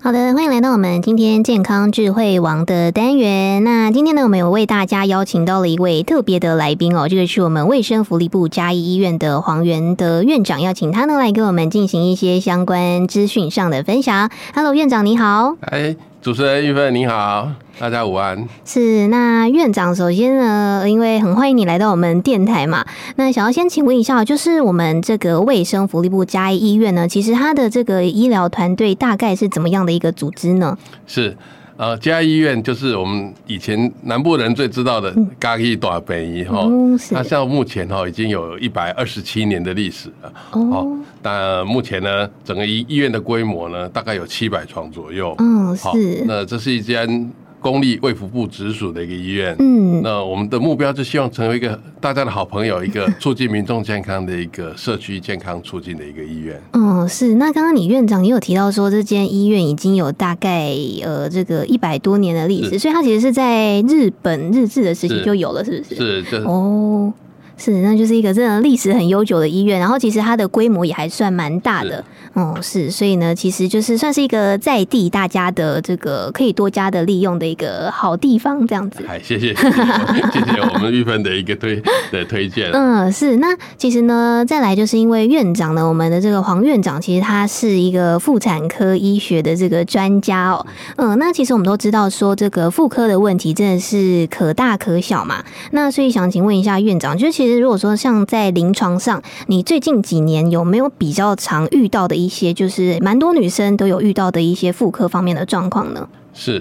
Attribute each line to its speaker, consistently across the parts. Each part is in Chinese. Speaker 1: 好的，欢迎来到我们今天健康智慧王的单元。那今天呢，我们有为大家邀请到了一位特别的来宾哦，这个是我们卫生福利部嘉义医院的黄元德院长，要请他呢来给我们进行一些相关资讯上的分享。Hello，院长你好。
Speaker 2: 哎，主持人玉芬你好，大家午安。
Speaker 1: 是，那院长，首先呢，因为很欢迎你来到我们电台嘛，那想要先请问一下，就是我们这个卫生福利部嘉义医院呢，其实它的这个医疗团队大概是怎么样的一个组织呢？
Speaker 2: 是，呃，嘉义医院就是我们以前南部人最知道的嘉义大北医哈
Speaker 1: 嗯是，
Speaker 2: 它到目前哈已经有一百二十七年的历史了。
Speaker 1: 哦，
Speaker 2: 那目前呢，整个医医院的规模呢，大概有七百床左右。
Speaker 1: 嗯，
Speaker 2: 好
Speaker 1: 是，
Speaker 2: 那这是一间公立卫福部直属的一个医院。
Speaker 1: 嗯，
Speaker 2: 那我们的目标就希望成为一个大家的好朋友，一个促进民众健康的一个社区健康促进的一个医院。
Speaker 1: 嗯，是。那刚刚李院长也有提到说，这间医院已经有大概呃这个一百多年的历史，
Speaker 2: 是
Speaker 1: 所以它其实是在日本日治的时期
Speaker 2: 是
Speaker 1: 就有了，是不是？
Speaker 2: 是，这
Speaker 1: 哦，是，那就是一个真的历史很悠久的医院，然后其实它的规模也还算蛮大的，哦，是，所以呢，其实就是算是一个在地大家的这个可以多加的利用的一个好地方，这样 子。
Speaker 2: 哎，谢谢，谢谢谢谢我们玉芬的一个推的推荐。
Speaker 1: 嗯，是。那其实呢，再来就是因为院长呢，我们的这个黄院长，其实他是一个妇产科医学的这个专家哦。嗯，那其实我们都知道说，这个妇科的问题真的是可大可小嘛。那所以想请问一下院长，就是其实如果说像在临床上，你最近几年有没有比较常遇到的一些，就是蛮多女生都有遇到的一些妇科方面的状况呢？
Speaker 2: 是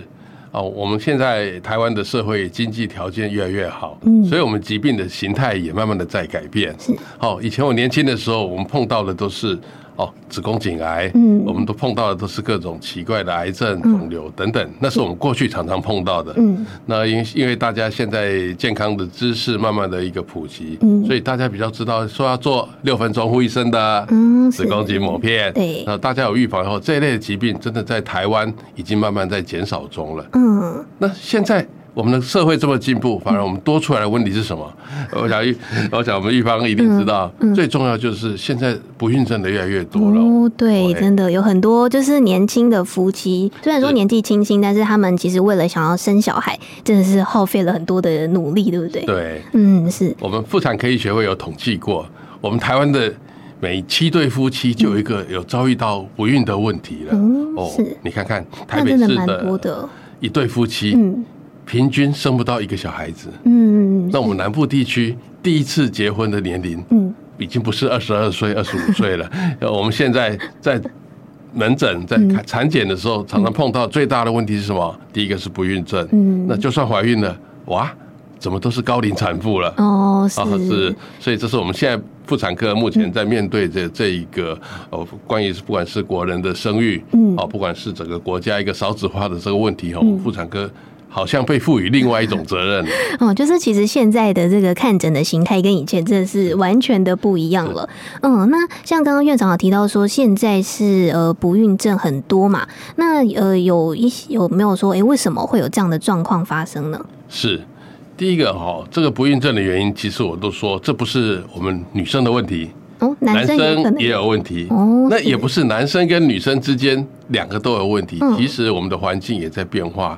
Speaker 2: 哦，我们现在台湾的社会经济条件越来越好，
Speaker 1: 嗯
Speaker 2: 所以我们疾病的形态也慢慢的在改变。
Speaker 1: 是
Speaker 2: 哦，以前我年轻的时候，我们碰到的都是哦子宫颈癌，
Speaker 1: 嗯
Speaker 2: 我们都碰到的都是各种奇怪的癌症、
Speaker 1: 嗯
Speaker 2: 肿瘤等等，那是我们过去常常碰到的。
Speaker 1: 嗯，
Speaker 2: 那因因为大家现在健康的知识慢慢的一个普及，
Speaker 1: 嗯
Speaker 2: 所以大家比较知道说要做六分钟护一生的，啊
Speaker 1: 嗯是
Speaker 2: 子宫颈抹片，
Speaker 1: 对
Speaker 2: 那大家有预防以后，这一类的疾病真的在台湾已经慢慢在减少中了。
Speaker 1: 嗯，
Speaker 2: 那现在我们的社会这么进步，反而我们多出来的问题 是什么？我想玉，我想我们玉芳一定知道，最重要就是现在不孕症的越来越多了。
Speaker 1: 嗯哦，对，
Speaker 2: 对
Speaker 1: 真的有很多就是年轻的夫妻，虽然说
Speaker 2: 是
Speaker 1: 年纪轻轻，但是他们其实为了想要生小孩，真的是耗费了很多的努力，对不对？，
Speaker 2: 对，
Speaker 1: 嗯，是，
Speaker 2: 我们妇产科医学会有统计过，我们台湾的每七对夫妻就有一个有遭遇到不孕的问题了。哦
Speaker 1: 嗯是
Speaker 2: 你看看台
Speaker 1: 那
Speaker 2: 北
Speaker 1: 真的
Speaker 2: 市
Speaker 1: 蛮多
Speaker 2: 的
Speaker 1: 的，
Speaker 2: 一对夫妻，
Speaker 1: 嗯
Speaker 2: 平均生不到一个小孩子。
Speaker 1: 嗯
Speaker 2: 那我们南部地区第一次结婚的年龄
Speaker 1: 嗯
Speaker 2: 已经不是二十二岁、二十五 岁了。呃我们现在在门诊、
Speaker 1: 嗯
Speaker 2: 在看产检的时候，常常碰到最大的问题是什么？第一个是不孕症。
Speaker 1: 嗯
Speaker 2: 那就算怀孕了，哇，怎么都是高龄产妇了？
Speaker 1: 哦是嗯
Speaker 2: 啊，是，所以这是我们现在妇产科目前在面对这这一个呃，关于不管是国人的生育，
Speaker 1: 嗯
Speaker 2: 啊，不管是整个国家一个少子化的这个问题哦，我们妇产科好像被赋予另外一种责任。
Speaker 1: 哦，就是其实现在的这个看诊的形态跟以前真的是完全的不一样了。嗯，那像刚刚院长有提到说，现在是呃不孕症很多嘛，那呃有一些有没有说，诶，为什么会有这样的状况发生呢？
Speaker 2: 是第一个哈、这个不孕症的原因，其实我都说这不是我们女生的问题，
Speaker 1: 哦，
Speaker 2: 男
Speaker 1: 男生有可
Speaker 2: 生
Speaker 1: 能
Speaker 2: 也有问题。
Speaker 1: 哦
Speaker 2: 那
Speaker 1: 是
Speaker 2: 也不是男生跟女生之间两个都有问题
Speaker 1: 嗯，
Speaker 2: 其实我们的环境也在变化。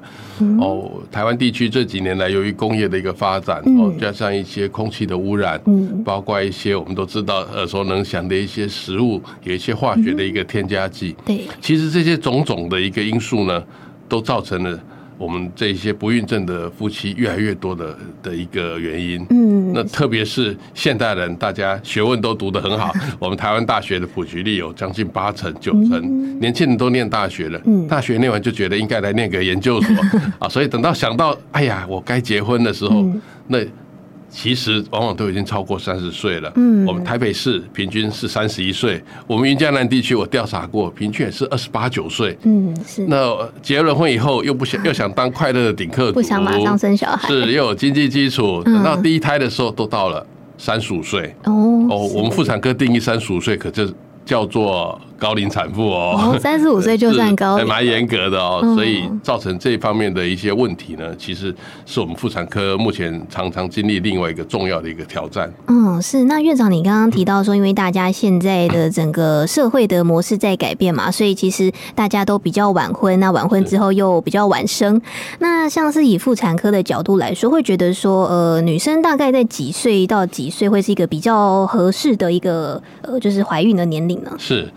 Speaker 2: 哦，台湾地区这几年来，由于工业的一个发展，哦，
Speaker 1: 嗯
Speaker 2: 加上一些空气的污染，
Speaker 1: 嗯
Speaker 2: 包括一些我们都知道耳熟能详的一些食物，有一些化学的一个添加剂。
Speaker 1: 对，
Speaker 2: 其实这些种种的一个因素呢，都造成了我们这一些不孕症的夫妻越来越多的的一个原因。
Speaker 1: 嗯，
Speaker 2: 那特别是现代人，大家学问都读得 很好。我们台湾大学的普及率有将近八成、九成，年轻人都念大学了
Speaker 1: 嗯。
Speaker 2: 大学念完就觉得应该来念个研 究所啊，所以等到想到哎呀，我该结婚的时候
Speaker 1: 嗯，
Speaker 2: 那其实往往都已经超过三十岁了。
Speaker 1: 嗯
Speaker 2: 我们台北市平均是三十一岁，我们云嘉南地区我调查过，平均也是二十八九岁。
Speaker 1: 嗯是，
Speaker 2: 那结了婚以后，又不想又想当快乐的顶客族，
Speaker 1: 不想马上生小孩，
Speaker 2: 是又有经济基础，
Speaker 1: 嗯
Speaker 2: 等到第一胎的时候都到了三十五岁。
Speaker 1: 哦
Speaker 2: 哦，我们妇产科定义三十五岁，可就叫做高龄产妇
Speaker 1: 哦
Speaker 2: 哦，
Speaker 1: 三十五岁就算高
Speaker 2: 是
Speaker 1: 龄
Speaker 2: 还蛮严格的哦，
Speaker 1: 嗯
Speaker 2: 所以造成这方面的一些问题呢，其实是我们妇产科目前常常经历另外一个重要的一个挑战。
Speaker 1: 嗯，是。那院长，你刚刚提到说，因为大家现在的整个社会的模式在改变嘛，所以其实大家都比较晚婚，那晚婚之后又比较晚生。那像是以妇产科的角度来说，会觉得说，呃，女生大概在几岁到几岁会是一个比较合适的一个呃，就是怀孕的年龄呢？
Speaker 2: 是，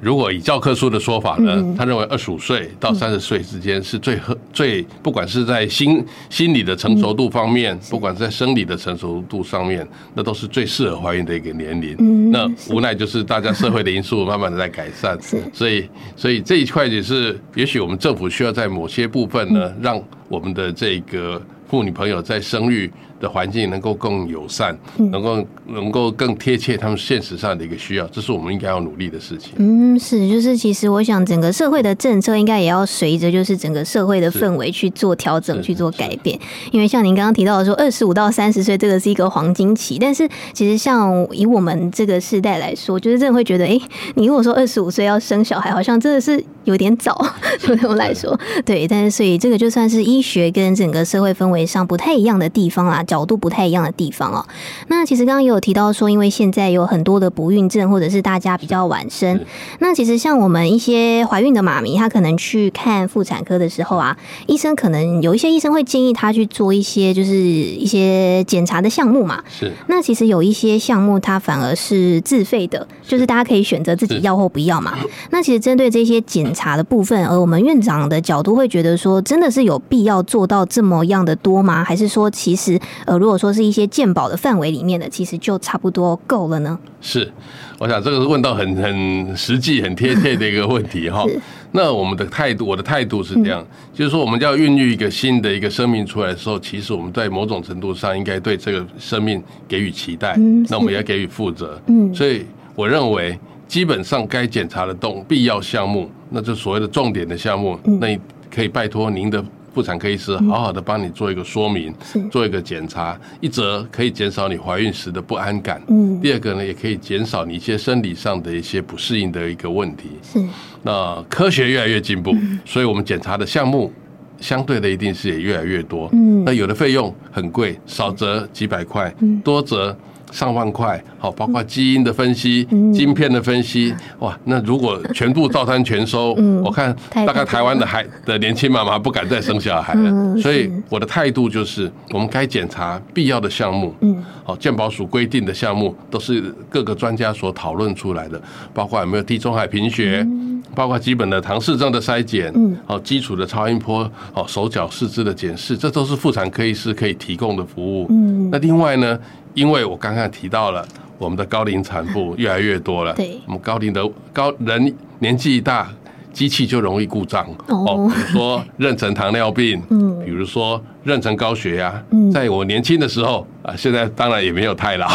Speaker 2: 如果以教科书的说法呢，
Speaker 1: 嗯
Speaker 2: 他认为二十五岁到三十岁之间是最合、最，不管是在心心理的成熟度方
Speaker 1: 嗯
Speaker 2: 面，不管是在生理的成熟度上面，那都是最适合怀孕的一个年龄。
Speaker 1: 嗯
Speaker 2: 那无奈就是大家社会的因素慢慢的在改善
Speaker 1: 是，
Speaker 2: 所以所以这一块也是，也许我们政府需要在某些部分
Speaker 1: 嗯
Speaker 2: 呢，让我们的这个。妇女朋友在生育的环境能够更友善，
Speaker 1: 嗯
Speaker 2: 能够能够更贴切他们现实上的一个需要，这是我们应该要努力的事情。
Speaker 1: 嗯，是，就是其实我想，整个社会的政策应该也要随着就是整个社会的
Speaker 2: 是
Speaker 1: 氛围去做调整、
Speaker 2: 是
Speaker 1: 去做改变。因为像您刚刚提到的说，二十五到三十岁这个是一个黄金期，但是其实像以我们这个世代来说，就是真的会觉得，哎、你如果说二十五岁要生小孩，好像真的是有点早， 对我们来说，对。但是所以这个就算是医学跟整个社会氛围上不太一样的地方啦，角度不太一样的地方哦、那其实刚刚也有提到说，因为现在有很多的不孕症，或者是大家比较晚生
Speaker 2: 是，
Speaker 1: 那其实像我们一些怀孕的妈咪，她可能去看妇产科的时候啊，医生可能有一些医生会建议她去做一些就是一些检查的项目嘛。
Speaker 2: 是
Speaker 1: 那其实有一些项目，它反而是自费的，就是大家可以选择自己要或不要嘛。那其实针对这些检查的部分，而我们院长的角度会觉得说，真的是有必要做到这么样的多吗？还是说，其实呃，如果说是一些健保的范围里面的，其实就差不多够了呢？
Speaker 2: 是，我想这个是问到很很实际、很贴切的一个问题哈
Speaker 1: 是。嗯
Speaker 2: 那我们的态度，我的态度是这样，就是说我们要孕育一个新的一个生命出来的时候，其实我们在某种程度上应该对这个生命给予期待，
Speaker 1: 嗯
Speaker 2: 那我们
Speaker 1: 是
Speaker 2: 也要给予负责。
Speaker 1: 嗯
Speaker 2: 所以我认为基本上该检查的动必要项目，那就所谓的重点的项目，
Speaker 1: 嗯
Speaker 2: 那你可以拜托您的。妇产科医师好好的帮你做一个说明，
Speaker 1: 是
Speaker 2: 做一个检查，一则可以减少你怀孕时的不安感，
Speaker 1: 嗯，
Speaker 2: 第二个呢，也可以减少你一些生理上的一些不适应的一个问题。
Speaker 1: 是，
Speaker 2: 那科学越来越进步，所以我们检查的项目相对的一定是也越来越多。
Speaker 1: 嗯
Speaker 2: 那有的费用很贵，少则几百块，多则。上万块，好，包括基因的分析、晶片的分析，哇，那如果全部照单全收，
Speaker 1: 嗯
Speaker 2: 我看
Speaker 1: 太
Speaker 2: 大概
Speaker 1: 太
Speaker 2: 台湾的孩的年轻妈妈不敢再生小孩了，
Speaker 1: 嗯
Speaker 2: 所以
Speaker 1: 是
Speaker 2: 我的态度就是，我们该检查必要的项目，
Speaker 1: 嗯，
Speaker 2: 好，健保署规定的项目都是各个专家所讨论出来的，包括有没有地中海贫血，包括基本的唐氏症的筛检，
Speaker 1: 嗯，
Speaker 2: 好，基础的超音波，哦，手脚四肢的检视，这都是妇产科医师可以提供的服务。
Speaker 1: 嗯，
Speaker 2: 那另外呢，因为我刚刚提到了。我们的高龄产妇越来越多了，
Speaker 1: 对
Speaker 2: 我们高龄的高人年纪一大，机器就容易故障
Speaker 1: 哦
Speaker 2: 比如说妊娠糖尿病，
Speaker 1: 嗯
Speaker 2: 比如说妊娠高血压，
Speaker 1: 嗯
Speaker 2: 在我年轻的时候啊，现在当然也没有太 老，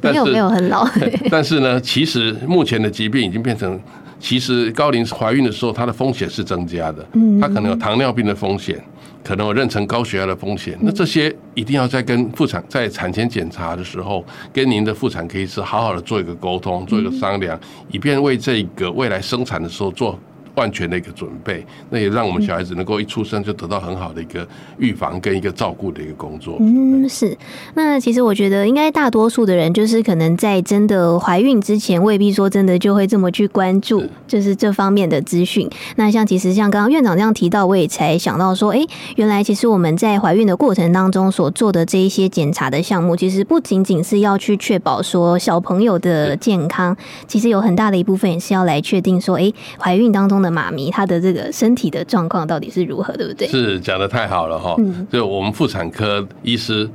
Speaker 2: 但
Speaker 1: 没有
Speaker 2: 是
Speaker 1: 没有很老，
Speaker 2: 但是呢，其实目前的疾病已经变成，其实高龄怀孕的时候，它的风险是增加的，嗯，它可能有糖尿病的风险，可能有妊娠高血压的风险，那这些一定要在跟妇产在产前检查的时候，跟您的妇产科医师好好的做一个沟通，做一个商量，以便为这个未来生产的时候做。万全的一个准备，那也让我们小孩子能够一出生就得到很好的一个预防跟一个照顾的一个工作。
Speaker 1: 嗯，是。那其实我觉得，应该大多数的人，就是可能在真的怀孕之前，未必说真的就会这么去关注
Speaker 2: 是，
Speaker 1: 就是这方面的资讯。那像其实像刚刚院长这样提到，我也才想到说，诶，原来其实我们在怀孕的过程当中所做的这一些检查的项目，其实不仅仅是要去确保说小朋友的
Speaker 2: 是
Speaker 1: 健康，其实有很大的一部分也是要来确定说，诶，怀孕当中的妈咪她的这个身体的状况到底是如何，对不对？嗯
Speaker 2: 是讲的太好了哈，就我们妇产科医师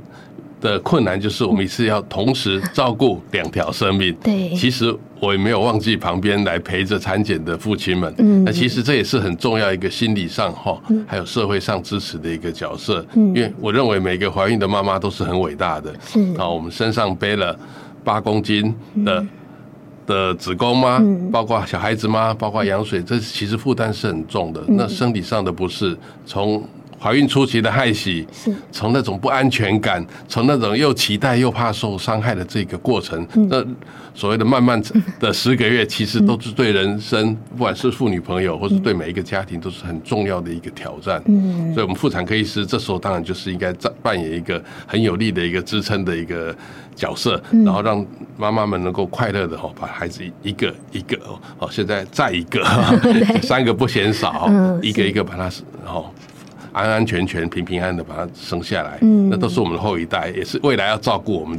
Speaker 2: 的困难就是我们是要同时照顾两条生命。
Speaker 1: 对
Speaker 2: 其实我也没有忘记旁边来陪着产检的父亲们。
Speaker 1: 嗯
Speaker 2: 那其实这也是很重要一个心理上哈，还有社会上支持的一个角色。因为我认为每个怀孕的妈妈都是很伟大的。
Speaker 1: 嗯是
Speaker 2: 啊，我们身上背了八公斤的、的子宫吗？
Speaker 1: 嗯
Speaker 2: 包括小
Speaker 1: 嗯
Speaker 2: 孩子吗？包括羊水，这其实负担是很重的。那生理上的不适，从怀孕初期的害喜，
Speaker 1: 是
Speaker 2: 从那种不安全感，从那种又期待又怕受伤害的这个过程，
Speaker 1: 嗯
Speaker 2: 那所谓的慢慢的十个月，其实都是对人
Speaker 1: 嗯
Speaker 2: 生，不管是妇女朋友，或是对每一个家庭，都是很重要的一个挑战。嗯，所以我们妇产科医师这时候当然就是应该在扮演一个很有力的一个支撑的一个角色，然后让妈妈们能够快乐的哈，把孩子一个一个哦，哦，现在再一个，哦三个不嫌少
Speaker 1: 嗯，
Speaker 2: 一个一个把它哦。安安全全、平平安安的把它生下来，嗯，那都是我们的后一代，也是未来要照顾我们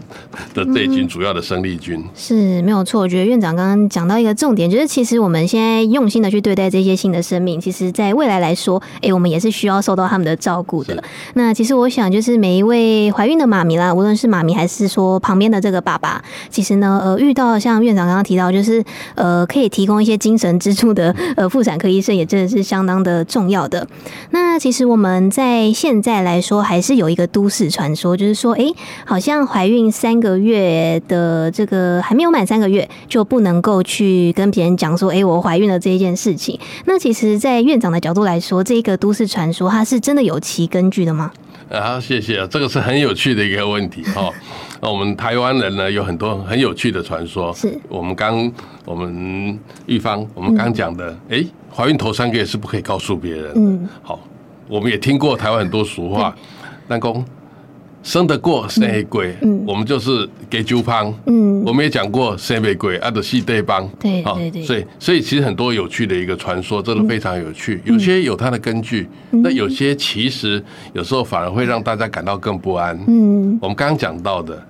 Speaker 2: 的这一群主要的生力军。
Speaker 1: 是没有错，我觉得院长刚刚讲到一个重点，就是其实我们现在用心的去对待这些新的生命，其实在未来来说，诶，我们也是需要受到他们的照顾的
Speaker 2: 是。
Speaker 1: 那其实我想，就是每一位怀孕的妈咪啦，无论是妈咪还是说旁边的这个爸爸，其实呢，呃，遇到像院长刚刚提到，就是呃，可以提供一些精神支柱的呃妇产科医生，也真的是相当的重要的。那其实我们在现在来说，还是有一个都市传说，就是说，诶，好像怀孕三个月的这个还没有满三个月，就不能够去跟别人讲说，诶，我怀孕了这一件事情。那其实，在院长的角度来说，这个都市传说它是真的有其根据的吗？
Speaker 2: 啊，谢谢啊，这个是很有趣的一个问题哈、哦。那我们台湾人呢，有很多很有趣的传说。
Speaker 1: 是
Speaker 2: 我们刚我们玉芳，我们刚讲的，诶，怀孕头三个月是不可以告诉别人的。
Speaker 1: 嗯，
Speaker 2: 好，我们也听过台湾很多俗话，南宫生得过生得贵，
Speaker 1: 嗯
Speaker 2: 我们就是给酒胖。
Speaker 1: 嗯
Speaker 2: 我们也讲过生玫瑰，啊，的系对帮，
Speaker 1: 对
Speaker 2: 好
Speaker 1: 对对
Speaker 2: 所以所以其实很多有趣的一个传说，真
Speaker 1: 嗯
Speaker 2: 的非常有趣，有些有它的根据，那有些其实有时候反而会让大家感到更不安。
Speaker 1: 嗯，
Speaker 2: 我们刚刚讲到的，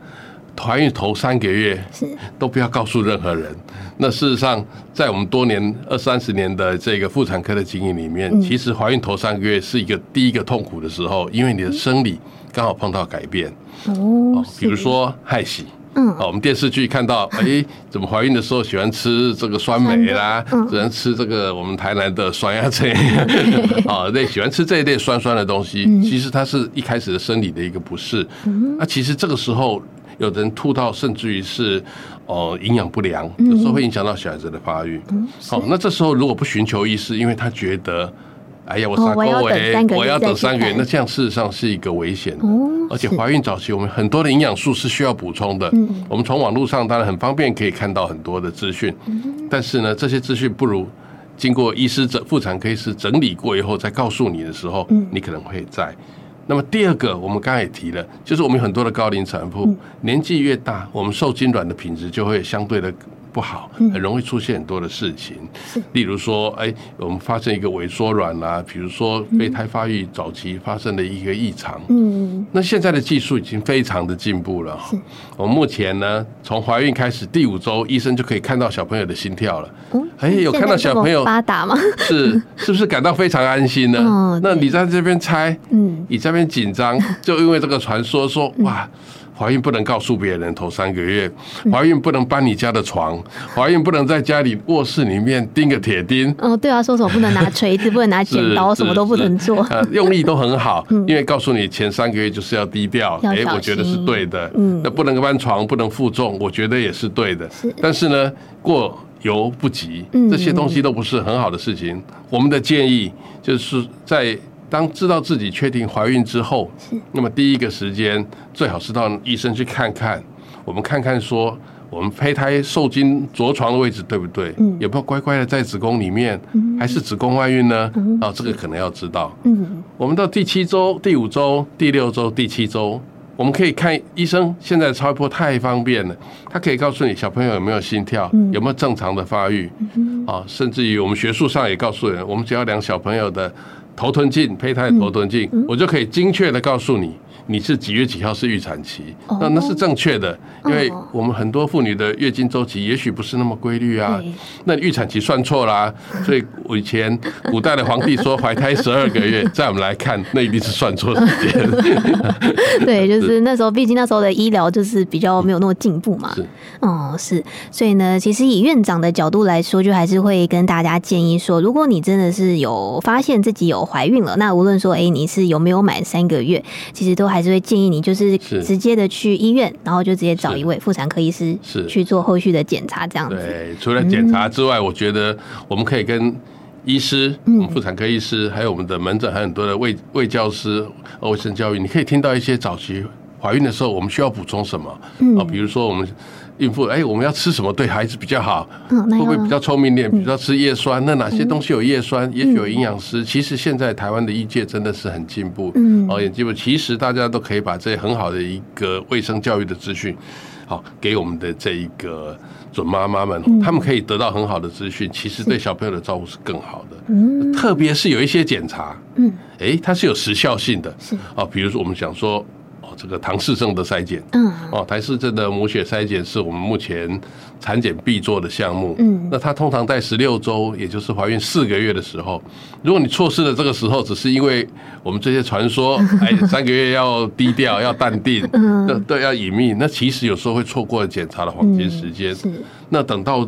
Speaker 2: 怀孕头三个月
Speaker 1: 是
Speaker 2: 都不要告诉任何人。那事实上，在我们多年二三十年的这个妇产科的经营里
Speaker 1: 嗯
Speaker 2: 面，其实怀孕头三个月是一个第一个痛苦的时候，因为你的生理刚好碰到改变，
Speaker 1: 哦
Speaker 2: 哦，，比如说害喜。
Speaker 1: 嗯
Speaker 2: 哦，我们电视剧看到，哎，怎么怀孕的时候喜欢吃这个酸梅啦，
Speaker 1: 嗯
Speaker 2: 喜欢吃这个我们台南的酸鸭菜，哦，对，喜欢吃这一类酸酸的东西。其实它是一开始的生理的一个不适。那其实这个时候，有的人吐到甚至于是哦营养不良，有时候会影响到小孩子的发育。好，那这时候如果不寻求医师，因为他觉得。哎呀，我
Speaker 1: 哦
Speaker 2: 三
Speaker 1: 我要
Speaker 2: 个
Speaker 1: 等
Speaker 2: 月
Speaker 1: 三个月
Speaker 2: 我要
Speaker 1: 再
Speaker 2: 等
Speaker 1: 去
Speaker 2: 三个月，
Speaker 1: 看
Speaker 2: 那这样事实上是一个危险的
Speaker 1: 哦，
Speaker 2: 而且怀孕早期我们很多的营养素是需要补充的。我们从网络上当然很方便可以看到很多的资讯，
Speaker 1: 嗯
Speaker 2: 但是呢，这些资讯不如经过医师整妇产科医师整理过以后再告诉你的时候，
Speaker 1: 嗯
Speaker 2: 你可能会在。那么第二个，我们刚才也提了，就是我们有很多的高龄产妇，
Speaker 1: 嗯
Speaker 2: 年纪越大，我们受精卵的品质就会相对的不好，
Speaker 1: 嗯
Speaker 2: 很容易出现很多的事情，例如说，哎，我们发生一个萎缩卵啦、比如说胚胎发育早期发生的一个异常，
Speaker 1: 嗯，
Speaker 2: 那现在的技术已经非常的进步了。我们目前呢，从怀孕开始第五周，医生就可以看到小朋友的心跳了。哎，有看到小朋
Speaker 1: 哦现在这
Speaker 2: 友
Speaker 1: 么发达吗？
Speaker 2: 是是不是感到非常安心呢？
Speaker 1: 哦
Speaker 2: 那
Speaker 1: 对
Speaker 2: 你在这边猜，
Speaker 1: 嗯，
Speaker 2: 你这边 紧张，就因为这个传说说哇。怀孕不能告诉别人，头三个月；
Speaker 1: 嗯
Speaker 2: 怀孕不能搬你家的床；怀孕不能在家里卧室里面钉个铁钉。
Speaker 1: 哦，对啊，说什么不能拿锤子，不能拿剪
Speaker 2: 是
Speaker 1: 刀，什么都不能做。嗯
Speaker 2: 呃，用力都很 好，因为告诉你前三个月就是要低调，
Speaker 1: 要
Speaker 2: 诶
Speaker 1: 小
Speaker 2: 我觉得是
Speaker 1: 心嗯
Speaker 2: 对的。那不能搬床，不能负重，我觉得也是对的。但是呢，过犹不及，
Speaker 1: 嗯
Speaker 2: 这些东西都不是很好的事情。我们的建议就是在。当知道自己确定怀孕之后，那么第一个时间最好是到医生去看看，我们看看说我们胚胎受精着床的位置对不对？有没有乖乖的在子宫里面，还是子宫外孕呢？啊，这个可能要知道。
Speaker 1: 嗯，
Speaker 2: 我们到第七周、第五周、第六周、第七周，我们可以看医生。现在超音波太方便了，他可以告诉你小朋友有没有心跳，有没有正常的发育，啊，甚至于我们学术上也告诉人，我们只要量小朋友的头臀镜、胚胎的头臀镜，我就可以精确的告诉你。你是几月几号是预产期？那那是正确的，因为
Speaker 1: 哦
Speaker 2: 我们很多妇女的月经周期也许不是那么规律啊
Speaker 1: 对，
Speaker 2: 那预产期算错 啦、所以我以前古代的皇帝说怀胎十二个月，在我们来看，那一定是算错时间。
Speaker 1: 对，就是那时候，毕竟那时候的医疗就是比较没有那么进步嘛。
Speaker 2: 是
Speaker 1: 哦，是，所以呢，其实以院长的角度来说，就还是会跟大家建议说，如果你真的是有发现自己有怀孕了，那无论说，哎，你是有没有满三个月，其实都还是会建议你就是
Speaker 2: 是
Speaker 1: 直接的去医院，然后就直接找
Speaker 2: 是
Speaker 1: 一位妇产科医师
Speaker 2: 是
Speaker 1: 去做后续的检查，这样子。
Speaker 2: 对，除了检查之外，我觉得我们可以跟医师，我们妇产科医师，还有我们的门诊，还有很多的卫卫教师、呃卫生教育，你可以听到一些早期怀孕的时候我们需要补充什么啊，比如说我们。孕妇哎，我们要吃什么对孩子比较好？
Speaker 1: 嗯那嗯
Speaker 2: 会不会
Speaker 1: 要
Speaker 2: 比较聪明点？比较吃叶酸？那哪些东西有叶
Speaker 1: 嗯
Speaker 2: 酸？也许有营养师。其实现在台湾的医界真的是很进步，
Speaker 1: 嗯
Speaker 2: 哦，也进步。其实大家都可以把这很好的一个卫生教育的资讯，好给我们的这一个准妈妈们，
Speaker 1: 嗯
Speaker 2: 他们可以得到很好的资讯。其实对小朋友的照顾是更好的，
Speaker 1: 嗯
Speaker 2: 特别是有一些检查，
Speaker 1: 嗯，
Speaker 2: 哎，它是有时效性的，
Speaker 1: 是
Speaker 2: 哦，比如说我们想说，哦，这个唐氏症的筛检，
Speaker 1: 嗯
Speaker 2: 哦，台市镇的母血筛检是我们目前产检必做的项目。
Speaker 1: 嗯
Speaker 2: 那它通常在十六周，也就是怀孕四个月的时候，如果你错失了这个时候，只是因为我们这些传 说，哎，三个月要低调，要淡定，
Speaker 1: 嗯
Speaker 2: 那对，要隐秘，那其实有时候会错过检查的黄金时间。
Speaker 1: 嗯是
Speaker 2: 那等到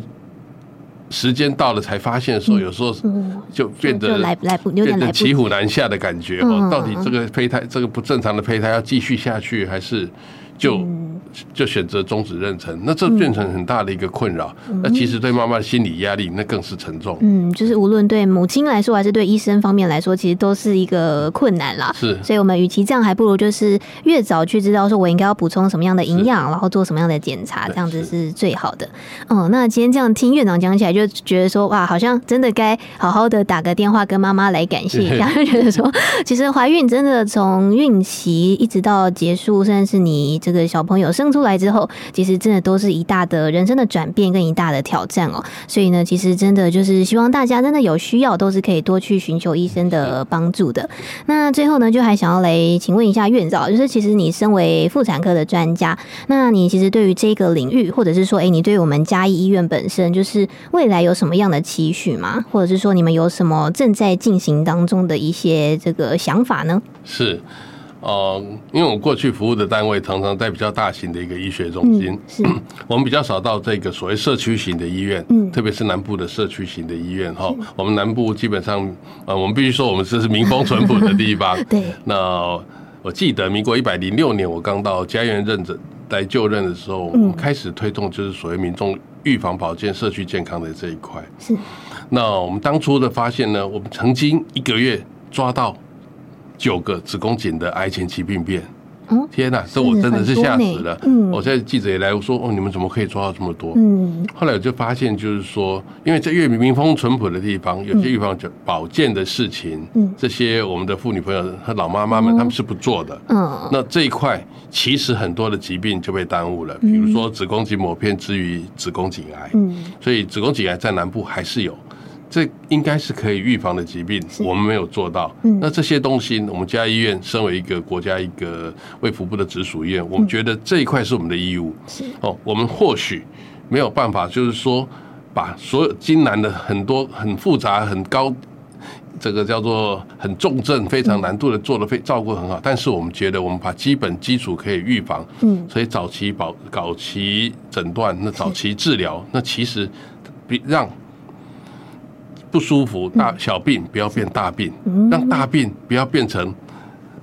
Speaker 2: 时间到了才发现的时候，有时候
Speaker 1: 嗯
Speaker 2: 就变
Speaker 1: 就
Speaker 2: 得
Speaker 1: 就来来不有
Speaker 2: 变
Speaker 1: 点来不
Speaker 2: 得骑虎难下的感觉哦
Speaker 1: 嗯。
Speaker 2: 到底这个胚胎，这个不正常的胚胎要继续下去，还是就
Speaker 1: 嗯
Speaker 2: 就选择终止妊娠？那这变成很大的一个困扰。那其实对妈妈的心理压力，那更是沉重。
Speaker 1: 嗯，就是无论对母亲来说，还是对医生方面来说，其实都是一个困难啦。
Speaker 2: 是
Speaker 1: 所以我们与其这样，还不如就是越早去知道说我应该要补充什么样的营养，然后做什么样的检查，这
Speaker 2: 对
Speaker 1: 样子
Speaker 2: 是
Speaker 1: 是最好的。哦、那今天这样听院长讲起来，就觉得说哇，好像真的该好好的打个电话跟妈妈来感谢一 下，就觉得说其实怀孕真的从孕期一直到结束，甚至是你这个小朋友生出来之后，其实真的都是一大的人生的转变跟一大的挑战哦。所以呢，其实真的就是希望大家真的有需要，都是可以多去寻求医生的帮助的。那最后呢，就还想要来请问一下院长，就是其实你身为妇产科的专家，那你其实对于这个领域，或者是说，哎、你对于我们嘉义医院本身，就是未来有什么样的期许吗？或者是说，你们有什么正在进行当中的一些这个想法呢？
Speaker 2: 是，呃，因为我过去服务的单位常常在比较大型的一个医学中心，
Speaker 1: 嗯 是，
Speaker 2: 我们比较少到这个所谓社区型的医院，
Speaker 1: 嗯。
Speaker 2: 特别是南部的社区型的医院哈。我们南部基本上，呃，我们必须说我们这是民风淳朴的地方
Speaker 1: 对
Speaker 2: 那我记得民国一百零六年，我刚到家园任职来就任的时候，
Speaker 1: 嗯
Speaker 2: 我们开始推动就是所谓民众预防保健、社区健康的这一块。
Speaker 1: 是，
Speaker 2: 那我们当初的发现呢，我们曾经一个月抓到九个子宫颈的癌前期病变。
Speaker 1: 嗯
Speaker 2: 天呐，这我真的是吓
Speaker 1: 很
Speaker 2: 死
Speaker 1: 多呢
Speaker 2: 了！
Speaker 1: 嗯
Speaker 2: 我现在记者也来我说，哦，你们怎么可以抓到这么多？
Speaker 1: 嗯
Speaker 2: 后来我就发现，就是说，因为在越民风淳朴的地方，有些预防保健的事情，
Speaker 1: 嗯哦
Speaker 2: 这些我们的妇女朋友和老妈妈们，她们是不做的。
Speaker 1: 嗯
Speaker 2: 那这一块其实很多的疾病就被耽误了，比如说子宫颈抹片之于子宫颈癌，
Speaker 1: 嗯
Speaker 2: 所以子宫颈癌在南部还是有，这应该是可以预防的疾病，我们没有做到。
Speaker 1: 嗯
Speaker 2: 那这些东西，我们家医院身为一个国家一个卫福部的直属医院，
Speaker 1: 嗯
Speaker 2: 我们觉得这一块是我们的义务。
Speaker 1: 是
Speaker 2: 哦，我们或许没有办法，就是说把所有金南的很多很复杂、很高。这个叫做很重症、非常难度的做的非照顾得很好，但是我们觉得我们把基本基础可以预防，
Speaker 1: 嗯
Speaker 2: 所以早期保、早期诊断，那早期治疗，那其实比让不舒服大小病不要变大病，让大病不要变成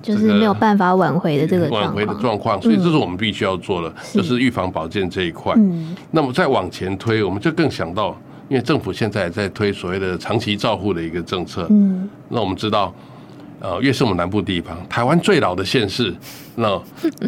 Speaker 1: 就是没有办法挽回的这个
Speaker 2: 挽
Speaker 1: 状
Speaker 2: 回的
Speaker 1: 况。
Speaker 2: 状况，所以这是我们必须要做的，就是预防保健这一块。
Speaker 1: 嗯
Speaker 2: 那么再往前推，我们就更想到，因为政府现在也在推所谓的长期照护的一个政策。
Speaker 1: 嗯，
Speaker 2: 那我们知道，呃，越是我们南部地方，台湾最老的县市，那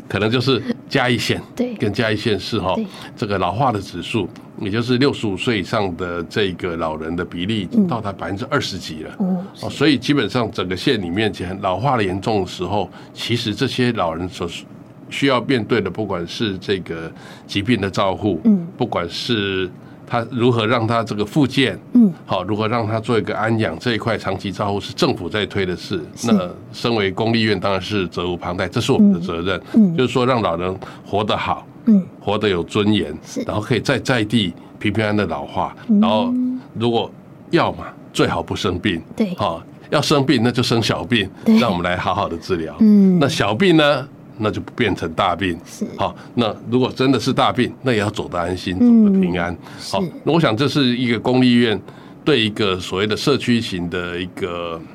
Speaker 2: 可能就是嘉义县，
Speaker 1: 对
Speaker 2: 跟嘉义县市哈
Speaker 1: 对，
Speaker 2: 这个老化的指数，也就是六十五岁以上的这个老人的比例，已经到达百分之二十几了。
Speaker 1: 哦，
Speaker 2: 哦，所以基本上整个县里面，其实老化的严重的时候，其实这些老人所需需要面对的，不管是这个疾病的照护，
Speaker 1: 嗯，
Speaker 2: 不管是他如何让他这个复健，
Speaker 1: 嗯，
Speaker 2: 好，如何让他做一个安养这一块长期照护是政府在推的事。
Speaker 1: 是
Speaker 2: 那身为公立院当然是责无旁贷，这是我们的责任，
Speaker 1: 嗯
Speaker 2: 就是说让老人活得好，
Speaker 1: 嗯，
Speaker 2: 活得有尊严
Speaker 1: 是，嗯
Speaker 2: 然后可以在在地平平安安的老化，然后如果要嘛，最好不生病，
Speaker 1: 对
Speaker 2: 好、要生病那就生小病
Speaker 1: 哎对，
Speaker 2: 让我们来好好的治疗，
Speaker 1: 嗯
Speaker 2: 那小病呢，那就变成大病，
Speaker 1: 是
Speaker 2: 好、那如果真的是大病，那也要走得安心，
Speaker 1: 嗯
Speaker 2: 走得平安，好、
Speaker 1: 是
Speaker 2: 那我想这是一个公立医院对一个所谓的社区型的一个。
Speaker 1: 嗯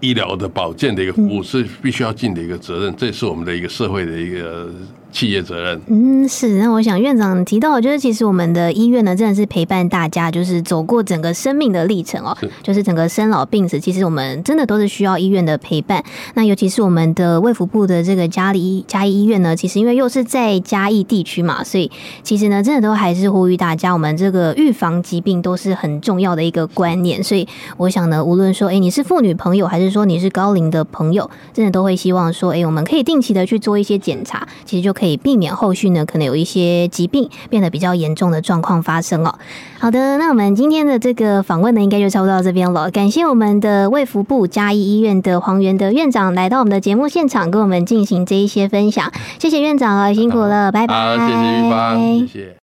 Speaker 2: 医疗的保健的一个服务是必须要尽的一个责任，这也是我们的一个社会的一个企业责任。
Speaker 1: 嗯，是。那我想院长提到，就是其实我们的医院呢，真的是陪伴大家，就是走过整个生命的历程哦、
Speaker 2: 是
Speaker 1: 就是整个生老病死，其实我们真的都是需要医院的陪伴。那尤其是我们的卫福部的这个嘉里嘉义医院呢，其实因为又是在嘉义地区嘛，所以其实呢，真的都还是呼吁大家，我们这个预防疾病都是很重要的一个观念。所以我想呢，无论说诶你是妇女朋友，还是说你是高龄的朋友，真的都会希望说，诶我们可以定期的去做一些检查，其实就可以避免后续呢可能有一些疾病变得比较严重的状况发生哦。好的，那我们今天的这个访问呢，应该就差不多到这边了。感谢我们的卫福部嘉义医院的黄源德院长来到我们的节目现场，跟我们进行这一些分享。谢谢院长啊，辛苦了，拜拜。
Speaker 2: 好，谢谢玉芳，谢谢。